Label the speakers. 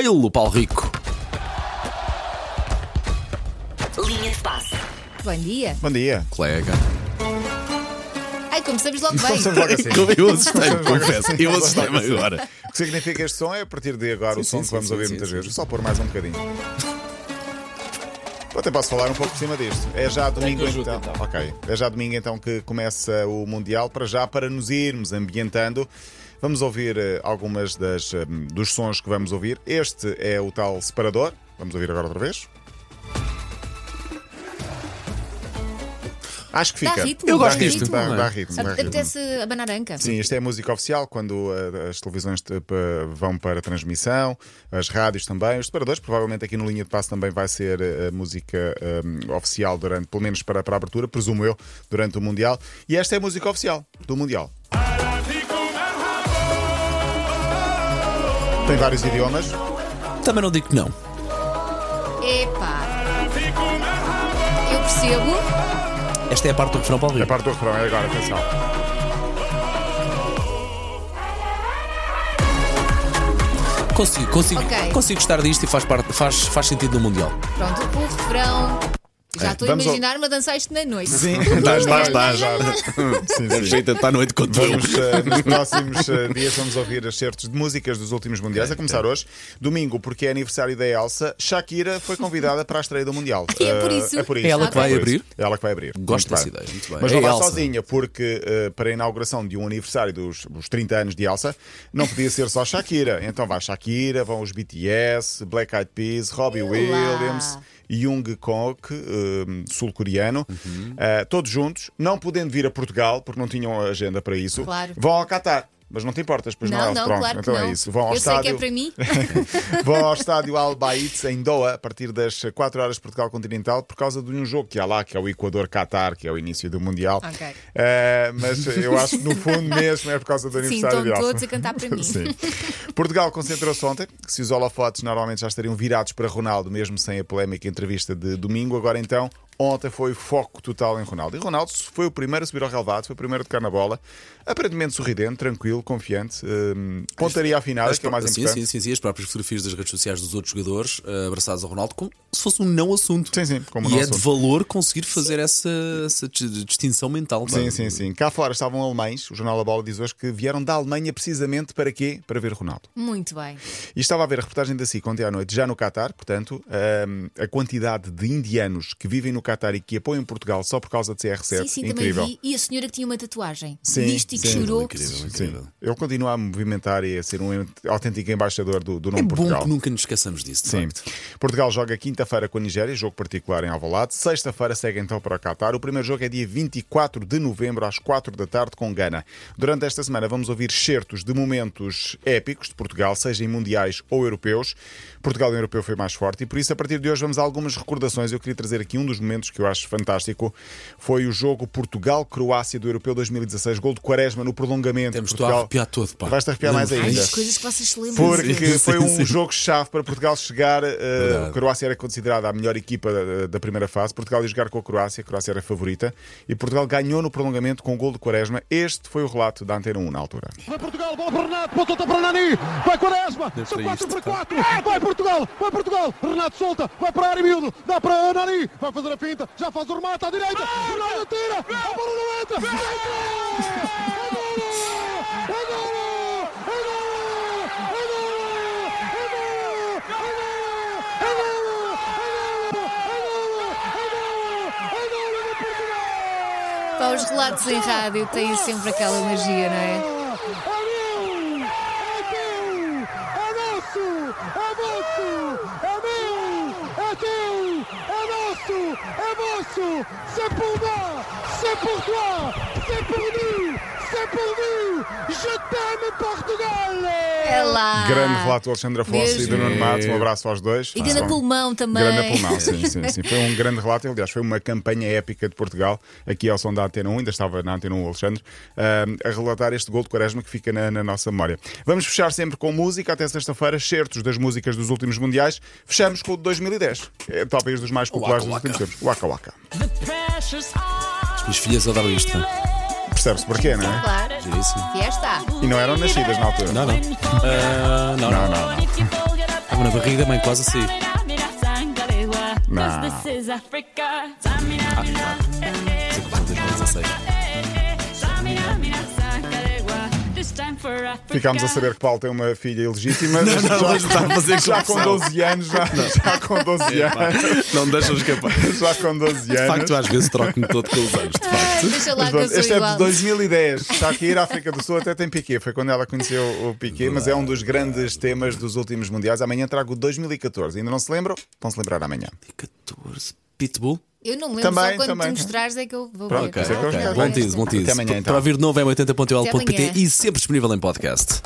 Speaker 1: ele, o Paulo Rico.
Speaker 2: Linha de passe.
Speaker 3: Bom dia.
Speaker 4: Bom dia.
Speaker 1: Colega.
Speaker 3: Ai, começamos logo
Speaker 4: Começamos logo
Speaker 3: bem.
Speaker 4: assim.
Speaker 1: Eu assustei, confesso. Eu assustei-me agora.
Speaker 4: O que significa este som é a partir de agora
Speaker 1: Sim,
Speaker 4: o som
Speaker 1: sim,
Speaker 4: que vamos
Speaker 1: sim,
Speaker 4: ouvir
Speaker 1: sim,
Speaker 4: muitas
Speaker 1: sim.
Speaker 4: vezes. Só pôr mais um bocadinho. Eu Até posso falar um pouco por cima disto. É já domingo
Speaker 5: ajuda,
Speaker 4: então. Ok. É já domingo então que começa o Mundial. Para já, para nos irmos ambientando, vamos ouvir eh, algumas das, eh, dos sons que vamos ouvir. Este é o tal separador. Vamos ouvir agora outra vez. Acho que
Speaker 3: Dá
Speaker 4: fica.
Speaker 3: ritmo,
Speaker 1: Eu
Speaker 3: dá
Speaker 1: gosto
Speaker 3: ritmo.
Speaker 1: disto.
Speaker 4: Dá,
Speaker 1: não é?
Speaker 4: dá ritmo. dá ritmo.
Speaker 3: Apetece abanar a anca.
Speaker 4: Sim, esta é a música oficial quando eh, as televisões eh, pa- vão para transmissão, as rádios também, os separadores. Provavelmente aqui no Linha de Passo também vai ser eh, a música eh, oficial durante, pelo menos para, para a abertura, presumo eu, durante o Mundial. E esta é a música oficial do Mundial. Tem vários idiomas.
Speaker 1: Também não digo que não.
Speaker 3: Epá. Eu percebo.
Speaker 1: Esta é a parte do refrão Paulo
Speaker 4: A
Speaker 1: Rico.
Speaker 4: parte do refrão é agora, atenção.
Speaker 1: Consigo, consigo,
Speaker 3: Ok.
Speaker 1: consigo gostar disto e faz, parte, faz, faz sentido no Mundial.
Speaker 3: Pronto, o refrão. Já
Speaker 4: É,
Speaker 3: estou a
Speaker 4: vamos ao-
Speaker 3: imaginar-me a dançar isto na noite.
Speaker 1: Estás, estás, estás.
Speaker 4: Sim, sim.
Speaker 1: Jeito está à noite quando
Speaker 4: Vamos, eh, nos próximos eh, dias vamos ouvir excertos de músicas dos últimos mundiais, a começar hoje, domingo, porque é aniversário da Elsa. Shakira foi convidada para a estreia do Mundial.
Speaker 3: E é
Speaker 4: Eh,
Speaker 3: por isso?
Speaker 4: É por
Speaker 3: É
Speaker 4: isso.
Speaker 1: ela
Speaker 4: É
Speaker 1: que vai
Speaker 4: por
Speaker 1: abrir?
Speaker 4: isso. É ela que vai abrir.
Speaker 1: Gosto
Speaker 4: Muito
Speaker 1: dessa
Speaker 4: bem.
Speaker 1: ideia, muito bem.
Speaker 4: Mas
Speaker 1: É
Speaker 4: não vai
Speaker 1: Elsa.
Speaker 4: sozinha, porque eh, para a inauguração de um aniversário dos, dos 30 anos de Elsa, não podia ser só Shakira. Então vai Shakira, vão os BTS, Black Eyed Peas, Robbie
Speaker 3: Olá.
Speaker 4: Williams. Jung Kok, eh, sul-coreano, eh, todos juntos, não podendo vir a Portugal, porque não tinham agenda para isso,
Speaker 3: Claro.
Speaker 4: vão ao Catar. Mas não te importas, pois não,
Speaker 3: Não,
Speaker 4: é?
Speaker 3: não,
Speaker 4: Pronto,
Speaker 3: claro que
Speaker 4: então
Speaker 3: não.
Speaker 4: é isso. Vão ao
Speaker 3: Eu sei
Speaker 4: estádio,
Speaker 3: que é para mim.
Speaker 4: vão ao estádio Al Bayt em Doha, a partir das 4 horas de Portugal Continental, por causa de um jogo que há lá, que é o Equador-Catar, que é o início do Mundial.
Speaker 3: Ok.
Speaker 4: Eh, mas eu acho que no fundo mesmo é por causa
Speaker 3: Sim,
Speaker 4: do aniversário
Speaker 3: estão
Speaker 4: de Elsa.
Speaker 3: todos a cantar para mim.
Speaker 4: Sim. Portugal concentrou-se ontem, que se os holofotes normalmente já estariam virados para Ronaldo, mesmo sem a polémica entrevista de domingo, agora então. Ontem foi foco total em Ronaldo. E Ronaldo foi o primeiro a subir ao relevado, foi o primeiro a tocar na bola. Aparentemente sorridente, tranquilo, confiante. hum, pontaria afinada, que é o mais
Speaker 1: sim,
Speaker 4: importante.
Speaker 1: sim, sim, sim, as próprias fotografias das redes sociais dos outros jogadores eh, abraçados ao Ronaldo, como se fosse um não assunto.
Speaker 4: Sim, sim, como
Speaker 1: e
Speaker 4: não
Speaker 1: é de
Speaker 4: assunto.
Speaker 1: valor conseguir fazer essa, essa dis- distinção mental. é? pá.
Speaker 4: Sim, sim, sim. Cá fora estavam alemães. O Jornal da Bola diz hoje que vieram da Alemanha precisamente para quê? Para ver Ronaldo.
Speaker 3: Muito bem.
Speaker 4: E estava a ver a reportagem da SIC ontem à noite, já no Qatar, portanto, hum, a quantidade de indianos que vivem no Qatar e que apoiam Portugal só por causa de CR7,
Speaker 3: Sim, sim,
Speaker 4: incrível.
Speaker 3: também vi. E a senhora que tinha uma tatuagem.
Speaker 4: Sim,
Speaker 3: Viste e que
Speaker 4: sim.
Speaker 3: chorou.
Speaker 1: Incrível, incrível.
Speaker 4: Sim. Ele continua a movimentar e a ser um autêntico embaixador do, do nome
Speaker 1: É bom
Speaker 4: Portugal.
Speaker 1: que nunca nos esqueçamos disso. é? de
Speaker 4: Sim.
Speaker 1: facto.
Speaker 4: Portugal joga quinta-feira com a Nigéria, jogo particular em Alvalade. Sexta-feira segue então para o Qatar. O primeiro jogo é dia 24 de novembro, às 4 da tarde, com Gana. Durante esta semana vamos ouvir certos de momentos épicos de Portugal, seja em mundiais ou europeus. Portugal em europeu foi mais forte e por isso, a partir de hoje, vamos a algumas recordações. Eu queria trazer aqui um dos momentos que eu acho fantástico. Foi o jogo Portugal-Croácia do Europeu 2016, gol de Quaresma no prolongamento.
Speaker 1: Temos-te a
Speaker 4: Portugal...
Speaker 1: arrepiar todo, pá.
Speaker 4: Vais-te arrepiar mais
Speaker 3: Ai,
Speaker 4: ainda.
Speaker 3: as coisas que vocês se lembram.
Speaker 4: Porque
Speaker 1: Sim,
Speaker 4: foi
Speaker 1: sim,
Speaker 4: um
Speaker 1: sim.
Speaker 4: jogo-chave para Portugal chegar. eh, a Croácia era considerada a melhor equipa da, da primeira fase. Portugal ia jogar com a Croácia, a Croácia era a favorita. E Portugal ganhou no prolongamento com o gol de Quaresma. Este foi o relato da Antena 1 na altura.
Speaker 6: Vai Portugal, bola para Renato, volta para Nani, vai Quaresma, são 4 para 4, vai Portugal, vai Portugal, Renato solta, vai para Arimildo, dá para Nani, vai fazer a finta, já faz o remate à direita, Ronaldo tira, a bola não entra, entra! É golo! É golo! É golo! É golo! É golo! É golo! É golo! É golo! É golo! É golo! É golo de Portugal!
Speaker 3: Pá, os relatos em rádio têm sempre aquela magia, não é?
Speaker 6: é é C'est pour moi, c'est pour toi, c'est pour nous, c'est pour nous, je t'aime Portugal
Speaker 3: É lá.
Speaker 4: Grande relato do Alexandre Afonso
Speaker 3: Mesmo.
Speaker 4: e do Nuno Matos. Um abraço aos dois.
Speaker 3: E Gana
Speaker 4: São-
Speaker 3: Pulmão também.
Speaker 4: Grande Pulmão, sim, sim, sim. Foi um grande relato. Aliás, foi uma campanha épica de Portugal, aqui ao som da Antena 1, ainda estava na Antena 1 o Alexandre, ahm, a relatar este gol de Quaresma que fica na, na nossa memória. Vamos fechar sempre com música, até sexta-feira, certos das músicas dos últimos mundiais. Fechamos com o de 2010, é, talvez dos mais populares
Speaker 1: Waka
Speaker 4: dos últimos
Speaker 1: Waka.
Speaker 4: tempos. Waka Waka.
Speaker 1: As minhas filhas adoram isto. é? pá.
Speaker 4: Percebe-se porquê, não é?
Speaker 3: Claro.
Speaker 1: Giríssimo.
Speaker 3: E esta.
Speaker 4: E não eram nascidas na altura.
Speaker 1: Não, não. Ah, não, não.
Speaker 4: não, não.
Speaker 7: If you fold it up,
Speaker 1: Estava na barriga, mãe, quase assim.
Speaker 4: Não.
Speaker 1: Ah, Essa coisa de 2016.
Speaker 4: Ficámos a saber que Paulo tem uma filha ilegítima.
Speaker 1: Não, não,
Speaker 4: já,
Speaker 1: mas está a fazer
Speaker 4: já com
Speaker 1: confusão.
Speaker 4: 12 anos, já, já com 12 anos.
Speaker 1: Não me deixam escapar. De
Speaker 4: Já com 12 anos.
Speaker 1: facto, às vezes troco-me todo com os anos, de
Speaker 3: Ai,
Speaker 1: facto.
Speaker 3: Ah, Deixa lá
Speaker 4: Mas
Speaker 3: que eu
Speaker 4: pronto,
Speaker 3: sou
Speaker 4: este é
Speaker 3: igual.
Speaker 4: de 2010. Está aqui ir à África do Sul, até tem Piquet. Foi quando ela conheceu o Piquet, mas é um dos grandes temas dos últimos mundiais. Amanhã trago o 2014. Ainda não se lembram? Vão se lembrar amanhã.
Speaker 1: 14. Tipo, Pitbull?
Speaker 3: Eu não me lembro,
Speaker 4: Também,
Speaker 3: só quando
Speaker 4: também.
Speaker 3: tu mostrares é que eu vou
Speaker 4: Pronto,
Speaker 3: ver.
Speaker 1: Ok,
Speaker 4: isso é que eu
Speaker 1: ok.
Speaker 4: gostava.
Speaker 1: Bom tease, bom
Speaker 4: Até
Speaker 1: tease.
Speaker 4: amanhã, então.
Speaker 1: Para ouvir de novo é 80.ol.pt
Speaker 3: Até amanhã.
Speaker 1: e sempre disponível em podcast.